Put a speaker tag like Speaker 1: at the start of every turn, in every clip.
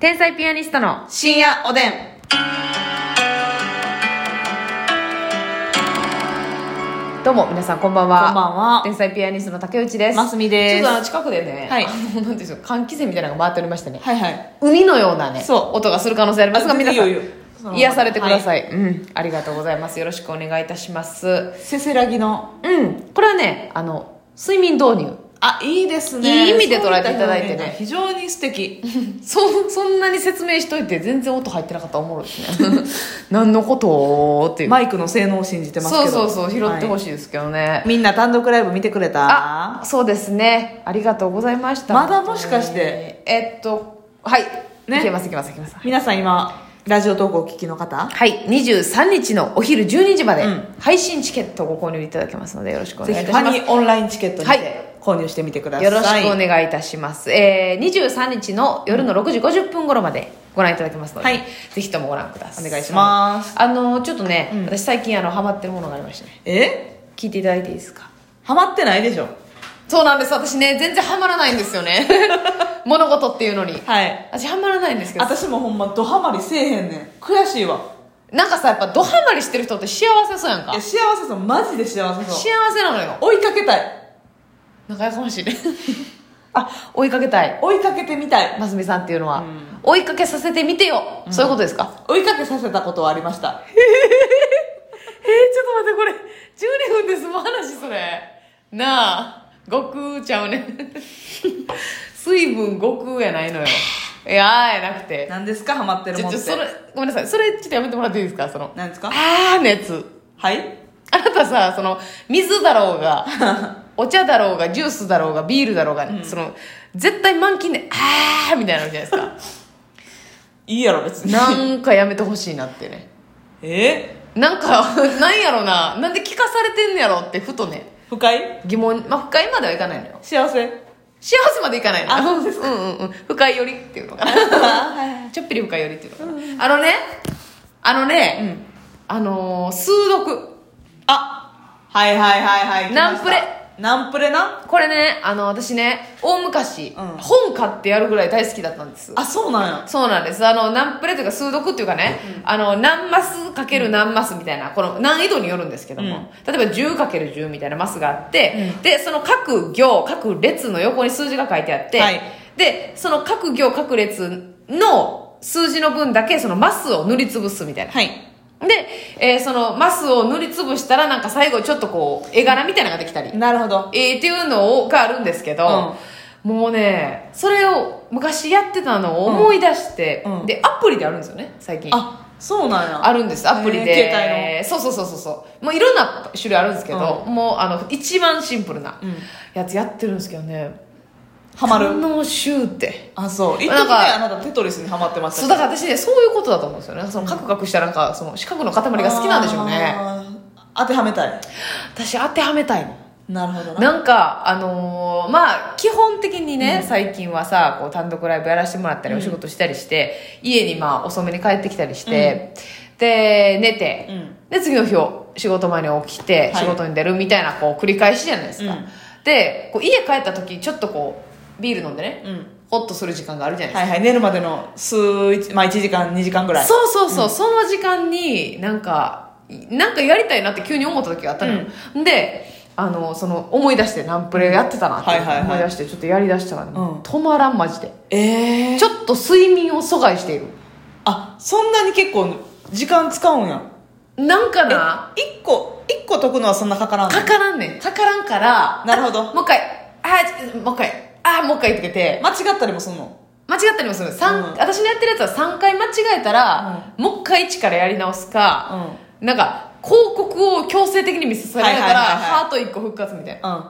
Speaker 1: 天才ピアニストの
Speaker 2: 深夜おでん。
Speaker 1: どうも皆さんこんばんは
Speaker 2: こんばんは
Speaker 1: 天才ピアニストの竹内です
Speaker 2: ますみです
Speaker 1: ちょっとあの近くでね、
Speaker 2: はい
Speaker 1: あのなんていうんでしょう換気扇みたいなのが回っておりましてね、
Speaker 2: はいはい。
Speaker 1: 海のようなね
Speaker 2: そう
Speaker 1: 音がする可能性ありますが
Speaker 2: あ
Speaker 1: 皆さん
Speaker 2: いいよいいよその
Speaker 1: 癒されてください、うんありがとうございますよろしくお願いいたします
Speaker 2: せせらぎの。
Speaker 1: うんこれはねあの睡眠導入
Speaker 2: あ、いいですね。
Speaker 1: いい意味で捉えていただいてね
Speaker 2: そうった表現が非常に素敵。
Speaker 1: そそんなに説明しといて全然音入ってなかったらおもろいです ね何のことっていう、
Speaker 2: マイクの性能を信じてますけ
Speaker 1: そう
Speaker 2: ど。
Speaker 1: そうそう拾ってほ
Speaker 2: しい。
Speaker 1: しいですけどね、
Speaker 2: みんな単独ライブ見てくれた
Speaker 1: あそうですねありがとうございました
Speaker 2: まだもしかして
Speaker 1: えっとはい、
Speaker 2: ね
Speaker 1: いけますいけますいけます
Speaker 2: 皆さん今、ラジオ投稿をお聞きの方、
Speaker 1: はい23日のお昼12時まで、
Speaker 2: うん
Speaker 1: 配信チケットをご購入いただけますのでよろしくお願
Speaker 2: ぜ
Speaker 1: い
Speaker 2: ひ
Speaker 1: い
Speaker 2: フ
Speaker 1: たし
Speaker 2: ァ
Speaker 1: ます
Speaker 2: ニーオンラインチケットに
Speaker 1: はい
Speaker 2: て購入してみてください。
Speaker 1: よろしくお願いいたします、えー、23日の夜の6時50分頃までご覧いただけますので、
Speaker 2: はい
Speaker 1: ぜひともご覧ください
Speaker 2: お願いします
Speaker 1: あのちょっとね、
Speaker 2: うん
Speaker 1: 私最近あのハマってるものがありましてね
Speaker 2: え
Speaker 1: 聞いていただいていいですか
Speaker 2: ハマってないでしょ
Speaker 1: そうなんです私ね全然ハマらないんですよね 物事っていうのに
Speaker 2: はい。
Speaker 1: 私ハマらないんですけど
Speaker 2: 私もほんまドハマりせえへんねん。悔しいわ。
Speaker 1: なんかさやっぱドハマりしてる人って幸せそうやんか
Speaker 2: いや、幸せそう。マジで幸せそ
Speaker 1: 幸
Speaker 2: う。
Speaker 1: せなのよ
Speaker 2: 追いかけたい。
Speaker 1: 仲やかましいねあ追いかけたい
Speaker 2: 追いかけてみたい
Speaker 1: ますみさんっていうのは、
Speaker 2: うん
Speaker 1: 追いかけさせてみてよ、そういうことですか
Speaker 2: 追いかけさせたことはありました
Speaker 1: えー、ちょっと待って、これ、12分で済む話、それ。なあ、悟空ちゃうねん。水分悟空やないのよ。いやーやなくて。
Speaker 2: 何ですかハマってる
Speaker 1: ちょ、
Speaker 2: もん
Speaker 1: ち
Speaker 2: っ
Speaker 1: ょ、
Speaker 2: て
Speaker 1: それ、ごめんなさい。それ、ちょっとやめてもらっていいですかその、
Speaker 2: 何ですか
Speaker 1: あーのやつ。
Speaker 2: はい
Speaker 1: あなたさ、その、水だろう が、お茶だろうが、ジュースだろうが、ビールだろうが、その、絶対満勤で、あーみたいなのあるじゃないです
Speaker 2: いいやろ別に
Speaker 1: か。なんかやめてほしいなってね。
Speaker 2: え
Speaker 1: なんか、 なんやろな、なんで聞かされてんのやろって、ふとね。
Speaker 2: 不快
Speaker 1: 疑問、まあ、不快まではいかないのよ
Speaker 2: 幸せ
Speaker 1: 幸せまでいかないのよ
Speaker 2: あそうです
Speaker 1: うんうんうん不快寄りっていうのかな ちょっぴり不快寄りっていうのかな、あのねあのね、
Speaker 2: うん
Speaker 1: あのー数読
Speaker 2: あはいはいはいはい
Speaker 1: ナンプレ
Speaker 2: 来ましたナンプレな
Speaker 1: これねあの私ね大昔、
Speaker 2: うん
Speaker 1: 本買ってやるぐらい大好きだったんです
Speaker 2: あそうなんや
Speaker 1: そうなんですあの何プレというか数読っていうかね、あの何マスかける何マスみたいなこの難易度によるんですけども、例えば 10×10 みたいなマスがあって、でその各行各列の横に数字が書いてあって、
Speaker 2: はい
Speaker 1: でその各行各列の数字の分だけそのマスを塗りつぶすみたいな、
Speaker 2: はい
Speaker 1: で、えーそのマスを塗りつぶしたらなんか最後ちょっとこう絵柄みたいなのができたり、
Speaker 2: なるほど
Speaker 1: えーっていうのがあるんですけど、もうねそれを昔やってたのを思い出して、
Speaker 2: うんうん
Speaker 1: でアプリであるんですよね最近あ
Speaker 2: あそうなんや
Speaker 1: るんですアプリで、
Speaker 2: えー携
Speaker 1: そうそうそうそうそうもういろんな種類あるんですけど、もうあの一番シンプルな
Speaker 2: うん
Speaker 1: やつやってるんですけどね
Speaker 2: ハマる
Speaker 1: の週って
Speaker 2: あそう一時ね
Speaker 1: なんか
Speaker 2: あなたテトリスにハマってました
Speaker 1: そうだから私ねそういうことだと思うんですよねそのカクカクしたなんかその四角の塊が好きなんでしょうね
Speaker 2: あー当てはめたい
Speaker 1: 私当てはめたいの
Speaker 2: なるほどな
Speaker 1: なんかあのーまあ基本的にね、最近はさこう単独ライブやらせてもらったりお仕事したりして、家にまあ遅めに帰ってきたりして、で寝て、
Speaker 2: うん
Speaker 1: で次の日を仕事前に起きて
Speaker 2: はい
Speaker 1: 仕事に出るみたいなこう繰り返しじゃないですか、
Speaker 2: うん
Speaker 1: でこう家帰った時ちょっとこうビール飲んでね、
Speaker 2: うん
Speaker 1: ホッとする時間があるじゃないですか、
Speaker 2: はいはい寝るまでの数一まあ1時間2時間ぐらい
Speaker 1: そうそうそう、その時間になんかなんかやりたいなって急に思った時があったのよ、であのその思い出してナンプレやってたなって
Speaker 2: はいはいはい
Speaker 1: 思い出してちょっとやりだしたら、ね
Speaker 2: うん
Speaker 1: 止まらんマジで
Speaker 2: ええ
Speaker 1: ちょっと睡眠を阻害している
Speaker 2: あそんなに結構時間使うんや
Speaker 1: なんかな
Speaker 2: 一個一個解くのはそんなかからんの
Speaker 1: かからんねんかからんから
Speaker 2: なるほど
Speaker 1: もう一回あーもう一回あーもう一回って言って
Speaker 2: 間違ったりもすんの
Speaker 1: 間違ったりもする、三
Speaker 2: うん
Speaker 1: 私のやってるやつは3回間違えたら、もう一回一からやり直すか、なんか広告を強制的に見せされながら、
Speaker 2: はいはいはいはい
Speaker 1: ハート1個復活みたいな
Speaker 2: うん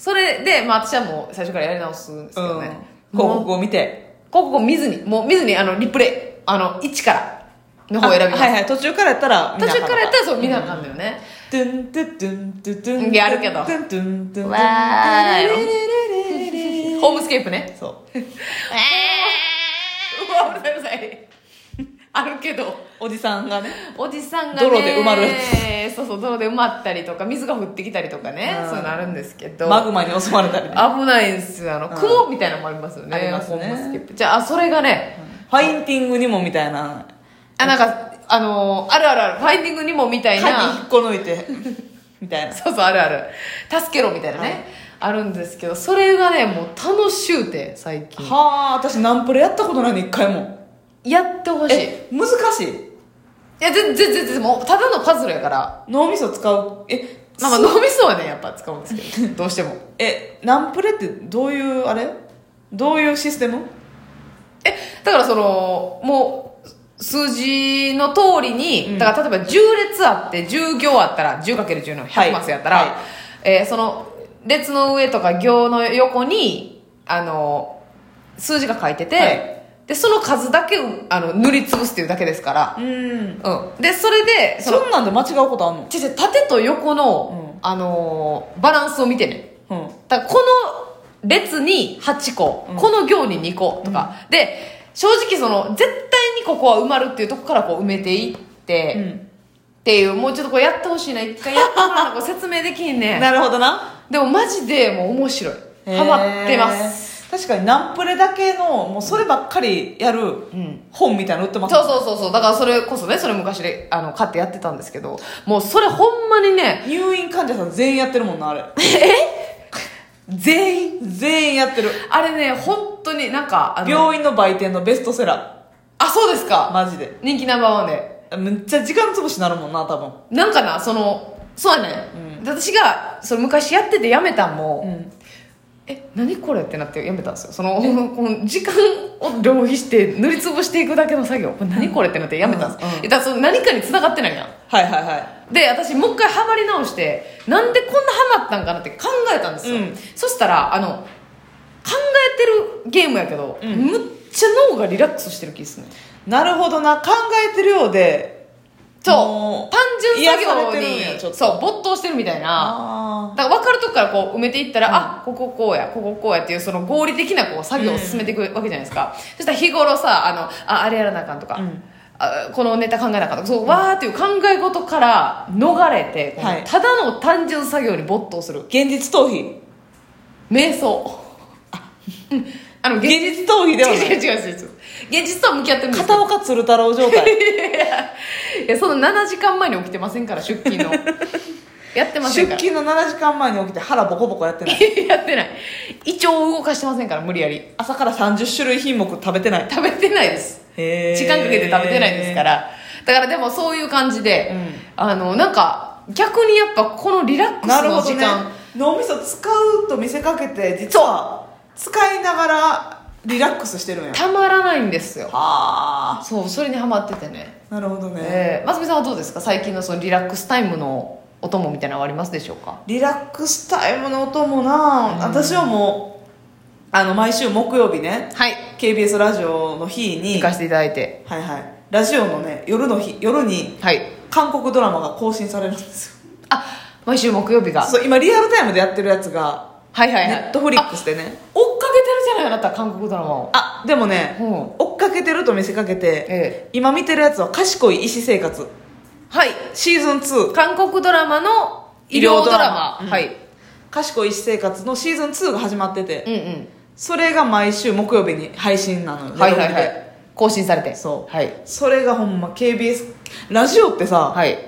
Speaker 1: それで、まあ、私はもう最初からやり直すんですけどね、
Speaker 2: 広
Speaker 1: もう
Speaker 2: 告を見て
Speaker 1: 広告を見ずにもう見ずにあのリプレイあの1からの方を選びます、
Speaker 2: はいはい途中からやったら
Speaker 1: 途中からやったらそう見なあ
Speaker 2: か
Speaker 1: かんだよね、
Speaker 2: トゥントゥントゥントゥントゥ
Speaker 1: うん
Speaker 2: ン
Speaker 1: やるけど
Speaker 2: トゥントゥントゥン
Speaker 1: わー
Speaker 2: トゥントゥントゥントゥン
Speaker 1: ホームスケープ ね
Speaker 2: そう
Speaker 1: うわうるさいうるさい あるけど
Speaker 2: おじさんがね
Speaker 1: おじさんがね
Speaker 2: 泥で埋まる
Speaker 1: そうそう泥で埋まったりとか水が降ってきたりとかね、
Speaker 2: うん
Speaker 1: そういうのあるんですけど
Speaker 2: マグマに襲われたりね
Speaker 1: 危ないんですよあの
Speaker 2: うん
Speaker 1: 雲みたいなのもありますよね,、
Speaker 2: ありますね
Speaker 1: ホームスケープじゃああそれがね、
Speaker 2: ファインティングにもみたいな
Speaker 1: あ、なんか、あのーあるあるある、ファインディングにもみたい
Speaker 2: 鍵
Speaker 1: な
Speaker 2: 引っ、こ抜いてみたいな
Speaker 1: そうそう、あるある、助けろみたいなね、
Speaker 2: はい
Speaker 1: あるんですけど、それがね、もう楽しゅうて、最近。
Speaker 2: はあ私ナンプレやったことないね一回も
Speaker 1: やってほしい。
Speaker 2: え難しい
Speaker 1: いや、全然、全然、全然もう、ただのパズルやから。
Speaker 2: 脳みそ使うえ
Speaker 1: まあまあ、脳みそはね、やっぱ使うんですけど、どうしても。
Speaker 2: えナンプレってどういうあれどういうシステム
Speaker 1: え、だからその、もう、数字の通りに、だから例えば10列あって10行あったら 10×10 の
Speaker 2: はい
Speaker 1: 100マスやったら、
Speaker 2: はい
Speaker 1: えーその列の上とか行の横にあの数字が書いてて、
Speaker 2: はい
Speaker 1: でその数だけあの塗りつぶすっていうだけですから、
Speaker 2: うん
Speaker 1: うん、でそれでその
Speaker 2: そんなんで間違うことあんの
Speaker 1: 違う違う縦と横の、
Speaker 2: うん
Speaker 1: あのーバランスを見てね
Speaker 2: うん
Speaker 1: だからこの列に8個、
Speaker 2: うん
Speaker 1: この行に2個とか、で正直その絶対にここは埋まるっていうとこからこう埋めていって、
Speaker 2: う
Speaker 1: っ
Speaker 2: ん
Speaker 1: ていうもうちょっとこうやってほしいな一回やってもらうの説明できんね
Speaker 2: なるほどな
Speaker 1: でもマジでもう面白いハマってます、
Speaker 2: す確かにナンプレだけのもうそればっかりやる
Speaker 1: うん
Speaker 2: 本みたいなの売ってます
Speaker 1: そうそうそうそうだからそれこそねそれ昔であの買ってやってたんですけどもうそれほんまにね
Speaker 2: 入院患者さん全員やってるもんな あれ
Speaker 1: 全員
Speaker 2: 全員やってる
Speaker 1: あれね本当になんかあの
Speaker 2: 病院の売店のベストセラ
Speaker 1: あそうです
Speaker 2: ー
Speaker 1: か
Speaker 2: マジで
Speaker 1: 人気ナンバーワンで
Speaker 2: めっちゃ時間潰しになるもんな多分
Speaker 1: なんかなそのそうやね、ん、私がそれ昔やっててやめたんも、
Speaker 2: ん
Speaker 1: え何これってなってやめたんですよその この時間を浪費して塗りつぶしていくだけの作業これ何これってなってやめたんです、
Speaker 2: うんうん
Speaker 1: えだからその何かに繋がってないやん
Speaker 2: はいはいはい
Speaker 1: で私もう一回ハマり直してなんでこんなハマったんかなって考えたんですよ、
Speaker 2: うん
Speaker 1: そしたらあの考えてるゲームやけど、
Speaker 2: ん
Speaker 1: むっちゃ脳がリラックスしてる気ですね
Speaker 2: なるほどな考えてるようで
Speaker 1: そ
Speaker 2: も
Speaker 1: う単純作業
Speaker 2: 癒されてるんや
Speaker 1: に
Speaker 2: ちょっと
Speaker 1: そう没頭してるみたいな
Speaker 2: あ
Speaker 1: だから分かるとこからこう埋めていったら、あこここうやこここうやっていうその合理的なこう作業を進めていくわけじゃないですか、そしたら日頃さあのああれやらなあかんとか、
Speaker 2: うん
Speaker 1: あこのネタ考えなあかんとかそうわーっていう考え事から逃れて、この
Speaker 2: はい
Speaker 1: ただの単純作業に没頭する
Speaker 2: ー現実逃避
Speaker 1: 瞑想うんあの現
Speaker 2: 現実逃避ではな
Speaker 1: 違う
Speaker 2: い
Speaker 1: 違う違う違う現実とは向き合ってるんです
Speaker 2: 片岡鶴太郎 状態
Speaker 1: いやその7時間前に起きてませんから出勤のやってませ
Speaker 2: 出
Speaker 1: んから
Speaker 2: 勤の7時間前に起きて腹ボコボコやってない
Speaker 1: やってない胃腸を動かしてませんから無理やり
Speaker 2: 朝から30種類品目食べてない
Speaker 1: 食べてないです
Speaker 2: へー
Speaker 1: 時間かけて食べてないですからだからでもそういう感じで、
Speaker 2: うん
Speaker 1: あのなんか逆にやっぱこのリラックス
Speaker 2: なる
Speaker 1: の
Speaker 2: ほど
Speaker 1: 時
Speaker 2: ね
Speaker 1: 間、
Speaker 2: 脳みそ使うと見せかけて実は使いながらリラックスしてるんや
Speaker 1: たまらないんですよ
Speaker 2: あ
Speaker 1: そうそれにハマっててね、
Speaker 2: あなるほどね、
Speaker 1: えー、ますみさんはどうですか最近のそのリラックスタイムのお供みたいなのはありますでしょうか
Speaker 2: リラックスタイムの音もな、私はもうあの毎週木曜日ね
Speaker 1: はい
Speaker 2: KBS ラジオの日
Speaker 1: 行
Speaker 2: に
Speaker 1: か
Speaker 2: はい
Speaker 1: せていただいて
Speaker 2: はいラジオのね夜の日夜に
Speaker 1: はい
Speaker 2: 韓国ドラマが更新されるんですよ
Speaker 1: あ毎週木曜日が
Speaker 2: そう今リアルタイムでやってるやつが
Speaker 1: はいはい
Speaker 2: ネ
Speaker 1: はい
Speaker 2: ットフリック
Speaker 1: あ
Speaker 2: スでね
Speaker 1: 追っかけてるじゃないあなた韓国ドラマを
Speaker 2: あでもね、
Speaker 1: うん
Speaker 2: 追っかけてると見せかけて、
Speaker 1: え
Speaker 2: 今見てるやつは「賢い医師生活
Speaker 1: はい」
Speaker 2: シーズン2
Speaker 1: 韓国ドラマの医療ドラマ
Speaker 2: 医療ドラマうん
Speaker 1: はい
Speaker 2: 「賢い医師生活」のシーズン2が始まってて、
Speaker 1: うんうん
Speaker 2: それが毎週木曜日に配信なのよ
Speaker 1: はいはいは
Speaker 2: レベルで
Speaker 1: い更新されて
Speaker 2: そう
Speaker 1: はい
Speaker 2: それがほんま KBS ラジオってさ、
Speaker 1: はい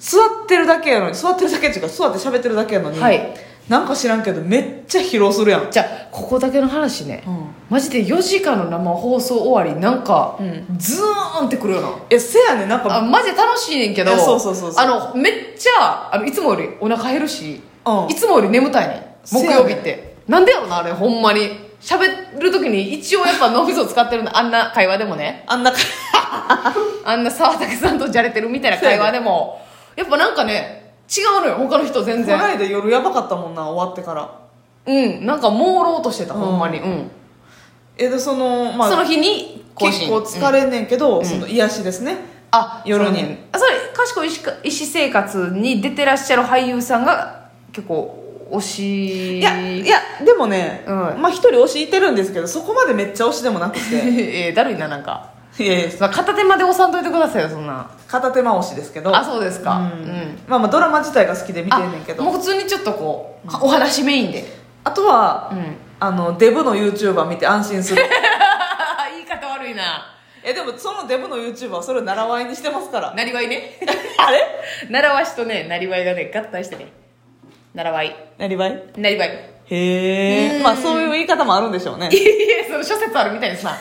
Speaker 2: 座ってるだけやのに座ってるだけっていうか座って喋ってるだけやのに、
Speaker 1: はい
Speaker 2: なんか知らんけどめっちゃ疲労するやん
Speaker 1: じゃあここだけの話ね、
Speaker 2: うん
Speaker 1: マジで4時間の生放送終わりなんか、
Speaker 2: うん
Speaker 1: ズーンってくるよな
Speaker 2: えせやねんなん
Speaker 1: あ
Speaker 2: か
Speaker 1: マジで楽しいねんけど
Speaker 2: いやそうそうそうそう
Speaker 1: あのめっちゃあのいつもよりお腹減るし、
Speaker 2: うん
Speaker 1: いつもより眠たいねん
Speaker 2: せ
Speaker 1: 木
Speaker 2: やねん
Speaker 1: 曜日ってなんでやろなあれほんまに喋る時に一応やっぱ脳みそ使ってるんだあんな会話でもね
Speaker 2: あんなか
Speaker 1: あんな沢竹さんとじゃれてるみたいな会話でもやっぱなんかね違うのよ他の人全
Speaker 2: こ
Speaker 1: 然
Speaker 2: ないだ夜やばかったもんな終わってから
Speaker 1: うんなんか朦朧としてた、
Speaker 2: うん
Speaker 1: ほんまにうん
Speaker 2: えでそのまあ
Speaker 1: その日に更
Speaker 2: 結
Speaker 1: 新
Speaker 2: 構疲れんねんけど、
Speaker 1: ん
Speaker 2: その癒しですね、
Speaker 1: あ
Speaker 2: 夜に
Speaker 1: そうねあそれ賢い医師か医師生活に出てらっしゃる俳優さんが結構推し
Speaker 2: いやいやでもね、
Speaker 1: うん
Speaker 2: まあ一人推しいてるんですけどそこまでめっちゃ推しでもなくて
Speaker 1: えー だるいななんか
Speaker 2: いやいや
Speaker 1: その片手まで押さんといてくださいよそんな
Speaker 2: 片手間推しですけど
Speaker 1: あそうですか
Speaker 2: う
Speaker 1: うんん
Speaker 2: まあまあドラマ自体が好きで見て
Speaker 1: あ
Speaker 2: んねんけど
Speaker 1: もう
Speaker 2: あ
Speaker 1: 普通にちょっとこう、お話メインで
Speaker 2: とは、
Speaker 1: うん
Speaker 2: あのデブの YouTuber 見て安心する
Speaker 1: 言い方悪いな。
Speaker 2: えでもそのデブの YouTuber はそれを習わいにしてますから
Speaker 1: なりわいね。
Speaker 2: あれ
Speaker 1: 習わしとね、なりわいがね、合体してね。習わい。
Speaker 2: なりわい
Speaker 1: なりわい。
Speaker 2: へ
Speaker 1: う
Speaker 2: え
Speaker 1: ん
Speaker 2: まあそういう言い方もあるんでしょうね
Speaker 1: いえいえ、その諸説あるみたいですな。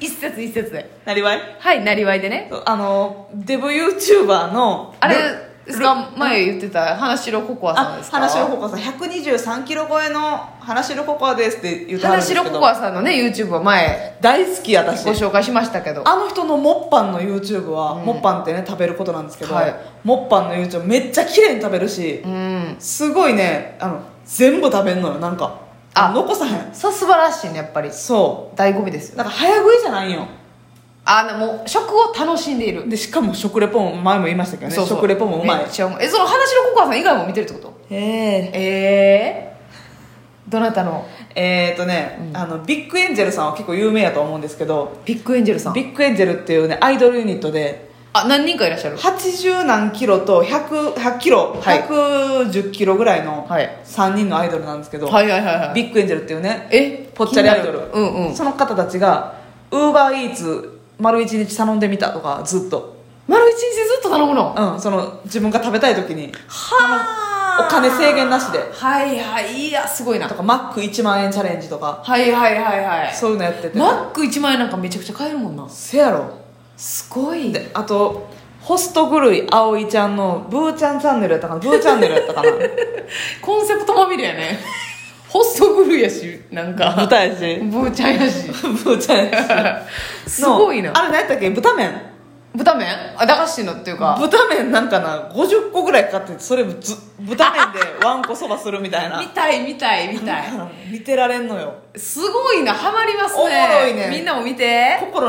Speaker 1: 一説一説で。
Speaker 2: なりわい
Speaker 1: はい、なりわいでね。
Speaker 2: あのデブ YouTuber の
Speaker 1: あれ
Speaker 2: ル
Speaker 1: ですか前言ってた、花城ココアさん
Speaker 2: あ
Speaker 1: ですか
Speaker 2: 花城ココアさん123キロ超えの花城ココアですって言ってはる
Speaker 1: 花
Speaker 2: んですけど
Speaker 1: 城ココアさんのね、YouTube は前、
Speaker 2: 大好き私
Speaker 1: ご紹介しましたけど。
Speaker 2: あの人のモッパンの YouTube は、モッパンってね食べることなんですけど、
Speaker 1: はい
Speaker 2: モッパンの YouTube めっちゃ綺麗に食べるし
Speaker 1: う、ん。
Speaker 2: すごいねあの全部食べんのよなんか
Speaker 1: あ
Speaker 2: 残さへん
Speaker 1: そう、素晴らしいね、やっぱり。
Speaker 2: そ
Speaker 1: 醍醐味ですよ。
Speaker 2: うなんか早食いじゃないんよ
Speaker 1: あの、もう、食を楽しんでいる。
Speaker 2: でしかも食レポも前も言いましたけどね食レポもうまい
Speaker 1: めっちゃうまいえその花城ココアさん以外も見てるってこと
Speaker 2: へえ
Speaker 1: ええどなたの
Speaker 2: えー、とね、あのビッグエンジェルさんは結構有名やと思うんですけど
Speaker 1: ビッグエンジェルさん
Speaker 2: ビッグエンジェルっていうねアイドルユニットで
Speaker 1: あ何人かいらっしゃる
Speaker 2: 80何キロと 100, 100キロ、
Speaker 1: はい
Speaker 2: 110キロぐらいの
Speaker 1: はい
Speaker 2: 3人のアイドルなんですけど、
Speaker 1: はいはいはいはい
Speaker 2: ビッグエンジェルっていうね
Speaker 1: え
Speaker 2: ぽっちゃりアイドル
Speaker 1: 気になるうんうん
Speaker 2: その方たちがウーバーイーツ丸一日頼んでみたとかずっと、
Speaker 1: 丸一日ずっと頼むの
Speaker 2: うん、その自分が食べたい時に
Speaker 1: は
Speaker 2: あお金制限なしで
Speaker 1: はいはいいやすごいな
Speaker 2: とかマック1万円チャレンジとか
Speaker 1: はいはいはいはい
Speaker 2: そういうのやってて、
Speaker 1: マック1万円なんかめちゃくちゃ買えるもんな
Speaker 2: せやろ
Speaker 1: すごい
Speaker 2: であとホスト狂い葵ちゃんのブーちゃんチャンネルやったかなブーチャンネルやったかな
Speaker 1: コンセプトまみれや ねホストグルやしなんか
Speaker 2: 豚やし
Speaker 1: ブーちゃんやし
Speaker 2: ブーちゃんや し
Speaker 1: すごいな
Speaker 2: のあれ何やったっけ豚麺
Speaker 1: 豚麺あ駄菓子のっていうか
Speaker 2: 豚麺なんかな50個ぐらい買っててそれず豚麺でわんこそばするみたいな
Speaker 1: 見たい見たい見たい
Speaker 2: 見てられんのよ
Speaker 1: すごいなハマりますね
Speaker 2: おもろいね
Speaker 1: みんなも見て
Speaker 2: 心